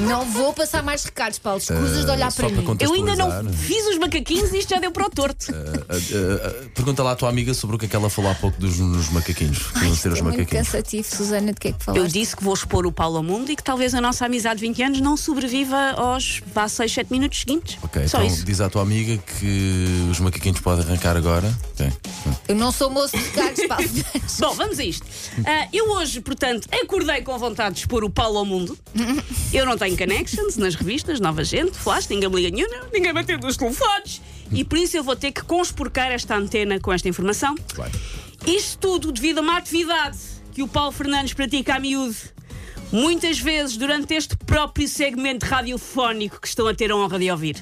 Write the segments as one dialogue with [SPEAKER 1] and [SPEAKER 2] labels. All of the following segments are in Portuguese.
[SPEAKER 1] Não vou passar mais recados, Paulo. Escusas de olhar
[SPEAKER 2] só
[SPEAKER 1] Eh, para mim.
[SPEAKER 3] Eu ainda não
[SPEAKER 2] contextualizar,
[SPEAKER 3] fiz os macaquinhos e isto já deu para o torto.
[SPEAKER 2] ah, ah, pergunta lá à tua amiga sobre o que é que ela falou há pouco dos nos macaquinhos. Ai, ser os
[SPEAKER 1] É muito
[SPEAKER 2] macaquinhos.
[SPEAKER 1] cansativo, Susana, de que é que
[SPEAKER 3] Eu
[SPEAKER 1] falaste?
[SPEAKER 3] disse que vou expor o Paulo ao mundo e que talvez a nossa amizade de 20 anos não sobreviva aos vá 6, 7 minutos seguintes.
[SPEAKER 2] Ok,
[SPEAKER 3] Só
[SPEAKER 2] então
[SPEAKER 3] isso.
[SPEAKER 2] diz à tua amiga que os macaquinhos podem arrancar agora. Ok.
[SPEAKER 1] Eu não sou moço de recados, Paulo.
[SPEAKER 3] Bom, vamos a isto. Ah, eu hoje, portanto, acordei com vontade de expor o Paulo ao mundo. Eu não tenho connections nas revistas, nova gente, flash, ninguém me liga nenhuma, ninguém me atende os telefones. E por isso eu vou ter que conspurcar esta antena com esta informação.
[SPEAKER 2] Vai.
[SPEAKER 3] Isto tudo devido a uma atividade que o Paulo Fernandes pratica a miúdo. Muitas vezes durante este próprio segmento radiofónico que estão a ter a honra de ouvir.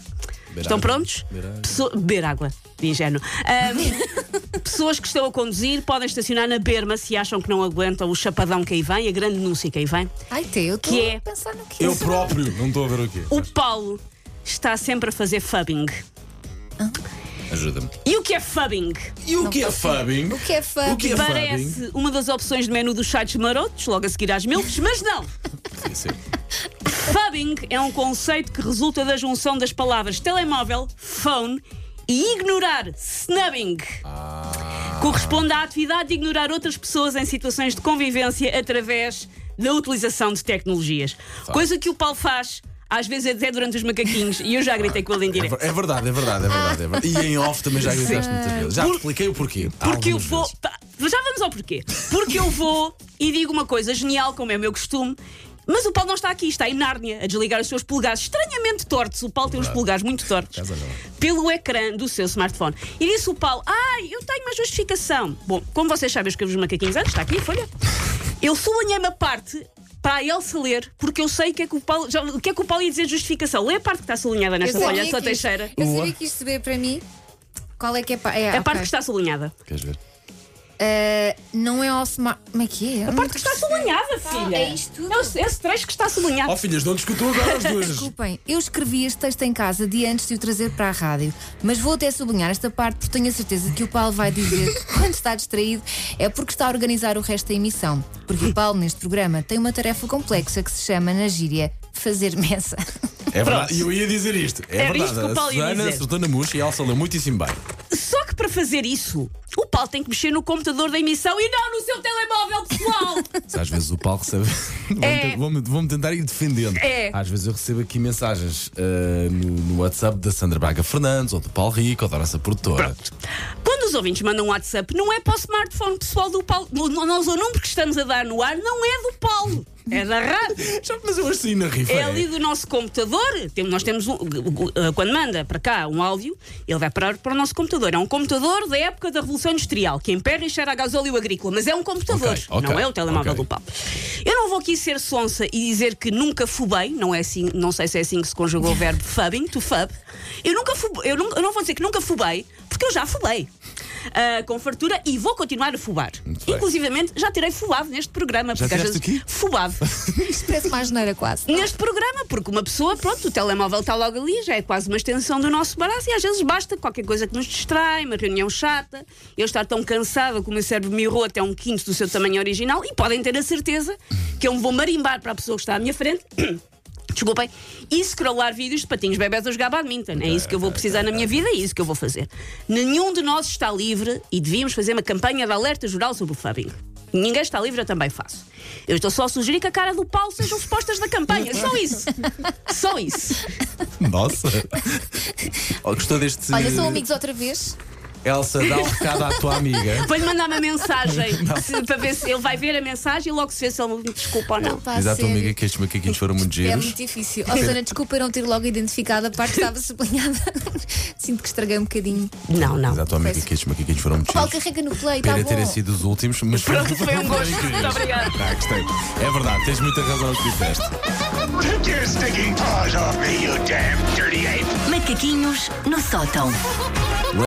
[SPEAKER 3] estão
[SPEAKER 2] água.
[SPEAKER 3] prontos?
[SPEAKER 2] Beber água.
[SPEAKER 3] Pesso- Beber água. De ingênuo. Ahm, pessoas que estão a conduzir podem estacionar na berma se acham que não aguentam o chapadão que aí vem, a grande denúncia que aí vem.
[SPEAKER 1] Ai, tê, eu estou
[SPEAKER 3] Que é?
[SPEAKER 1] a pensar no que é.
[SPEAKER 4] Eu próprio, não estou a ver o quê.
[SPEAKER 3] O Paulo está sempre a fazer fubbing.
[SPEAKER 2] Ajuda-me.
[SPEAKER 3] E o que é fubbing?
[SPEAKER 4] E o que é fubbing?
[SPEAKER 1] O que é fã?
[SPEAKER 4] O que é fubbing?
[SPEAKER 3] Parece uma das opções de menu dos sites marotos, logo a seguir às milfes, mas não!
[SPEAKER 2] Sim, sim.
[SPEAKER 3] Fubbing é um conceito que resulta da junção das palavras telemóvel, phone e ignorar, snubbing. Corresponde à atividade de ignorar outras pessoas em situações de convivência através da utilização de tecnologias. Coisa que o Paulo faz, às vezes até durante os macaquinhos, e eu já gritei com ele em direto.
[SPEAKER 2] É verdade, é verdade, é verdade, é verdade. E em off também já gritaste muitas vezes. Já te expliquei o porquê.
[SPEAKER 3] Porque eu
[SPEAKER 2] Algumas
[SPEAKER 3] vou.
[SPEAKER 2] vezes.
[SPEAKER 3] pá, Já vamos ao porquê. Porque eu vou e digo uma coisa genial, como é o meu costume. Mas o Paulo não está aqui, está em Nárnia, a desligar os seus polegares estranhamente tortos. O Paulo tem os polegares muito tortos
[SPEAKER 2] Casa não.
[SPEAKER 3] pelo ecrã do seu smartphone. E disse o Paulo: Ai, eu tenho uma justificação. Bom, como vocês sabem, eu escrevo os macaquinhos antes, está aqui, folha. Eu sublinhei uma parte para a Elsa ler, porque eu sei o que, é que o Paulo, já- o que é que o Paulo ia dizer de justificação. Lê a parte que está sublinhada nesta folha,
[SPEAKER 1] sabia
[SPEAKER 3] Elsa
[SPEAKER 1] que isto-
[SPEAKER 3] Teixeira.
[SPEAKER 1] Eu sabia que isto veio para mim. Qual é que é pa- é,
[SPEAKER 3] A parte
[SPEAKER 1] ok.
[SPEAKER 3] que está sublinhada.
[SPEAKER 2] Queres ver?
[SPEAKER 1] Ah, não é ao smart. Como é que é?
[SPEAKER 3] A parte que está sublinhada, filha.
[SPEAKER 1] é isto tudo.
[SPEAKER 3] É o- esse trecho que está sublinhado.
[SPEAKER 4] Ó filhas, não discutam agora as duas.
[SPEAKER 1] Desculpem, eu escrevi este texto em casa de antes de o trazer para a rádio, mas vou até sublinhar esta parte porque tenho a certeza que o Paulo vai dizer que quando está distraído é porque está a organizar o resto da emissão. Porque o Paulo, neste programa, tem uma tarefa complexa que se chama, na gíria, fazer mesa.
[SPEAKER 4] É verdade. E eu ia dizer isto. É
[SPEAKER 3] Era
[SPEAKER 4] verdade.
[SPEAKER 3] isto que o Paulo
[SPEAKER 4] a
[SPEAKER 3] ia
[SPEAKER 4] Susana,
[SPEAKER 3] dizer.
[SPEAKER 4] a Susana Murcha e a Elsa leu muitíssimo bem.
[SPEAKER 3] Só que para fazer isso, o Paulo tem que mexer no computador da emissão e não no seu telemóvel pessoal.
[SPEAKER 2] Se às vezes o Paulo recebe. Vou-me
[SPEAKER 3] É.
[SPEAKER 2] te- Vou-me vou-me tentar ir defendendo.
[SPEAKER 3] É.
[SPEAKER 2] Às vezes eu recebo aqui mensagens ah, no, no WhatsApp da Sandra Braga Fernandes ou do Paulo Rico ou da nossa produtora.
[SPEAKER 3] Quando os ouvintes mandam um WhatsApp, não é para o smartphone pessoal do Paulo. No- no- Nós, o número que estamos a dar no ar não é do Paulo. É da rádio.
[SPEAKER 4] Já, mas eu assim na rifa.
[SPEAKER 3] É ali do nosso computador. Tem- Nós temos um, uh, quando manda para cá um áudio, ele vai parar para o nosso computador. É um computador da época da Revolução Industrial, que em pé enxerga a gasóleo agrícola, mas é um computador,
[SPEAKER 2] Ok, ok,
[SPEAKER 3] não é o telemóvel
[SPEAKER 2] ok.
[SPEAKER 3] do Paulo. Eu não vou aqui ser sonsa e dizer que nunca fubei, não é assim, não sei se é assim que se conjugou o verbo fubbing, to fub. Eu nunca fub, eu, nunca- eu não vou dizer que nunca fubei, porque eu já fubei. ah, com fartura e vou continuar a fubar.
[SPEAKER 2] bem.
[SPEAKER 3] Inclusivamente já tirei fubado neste programa,
[SPEAKER 2] Já
[SPEAKER 3] porque às vezes
[SPEAKER 2] tiraste o quê?
[SPEAKER 3] fubado
[SPEAKER 1] Isto parece mais neira quase.
[SPEAKER 3] neste programa, porque uma pessoa, pronto, o telemóvel está logo ali, já é quase uma extensão do nosso braço e às vezes basta qualquer coisa que nos distrai, uma reunião chata, eu estar tão cansada que o meu cérebro mirrou até um quinto do seu tamanho original e podem ter a certeza que eu me vou marimbar para a pessoa que está à minha frente. Desculpem, e scrollar vídeos de patinhos bebés a jogar badminton. É isso que eu vou precisar na minha vida e é isso que eu vou fazer. Nenhum de nós está livre e devíamos fazer uma campanha de alerta geral sobre o fubbing. Ninguém está livre, eu também faço. Eu estou só a sugerir que a cara do Paulo sejam supostas da campanha. Só isso. Só isso.
[SPEAKER 2] Nossa! Oh, Gostou deste.
[SPEAKER 1] Olha,
[SPEAKER 3] um
[SPEAKER 1] são amigos outra vez.
[SPEAKER 2] Elsa, dá um recado à tua amiga.
[SPEAKER 3] Vou-lhe mandar uma mensagem se- para ver se ele vai ver a mensagem e logo se vê se ele me desculpa ou não.
[SPEAKER 1] Pá,
[SPEAKER 2] Diz à tua
[SPEAKER 1] sério.
[SPEAKER 2] amiga é que estes macaquinhos foram muito
[SPEAKER 1] É
[SPEAKER 2] giros.
[SPEAKER 1] muito difícil. Oh, Susana, desculpa eu não ter logo identificado a parte que estava sublinhada. Sinto que estraguei um bocadinho.
[SPEAKER 3] Não,
[SPEAKER 2] Diz à
[SPEAKER 3] não.
[SPEAKER 2] tua amiga que estes macaquinhos foram muito
[SPEAKER 1] Paulo,
[SPEAKER 2] giros.
[SPEAKER 1] carrega no play, tá
[SPEAKER 2] Pena terem
[SPEAKER 1] bom.
[SPEAKER 2] sido os últimos, mas
[SPEAKER 3] Pronto, foi um gosto. Muito obrigada.
[SPEAKER 2] Ah, gostei. É verdade, tens muita razão no que disseste.
[SPEAKER 5] Take your stinking paws off me, you damn dirty ape!
[SPEAKER 6] Macaquinhos no sótão.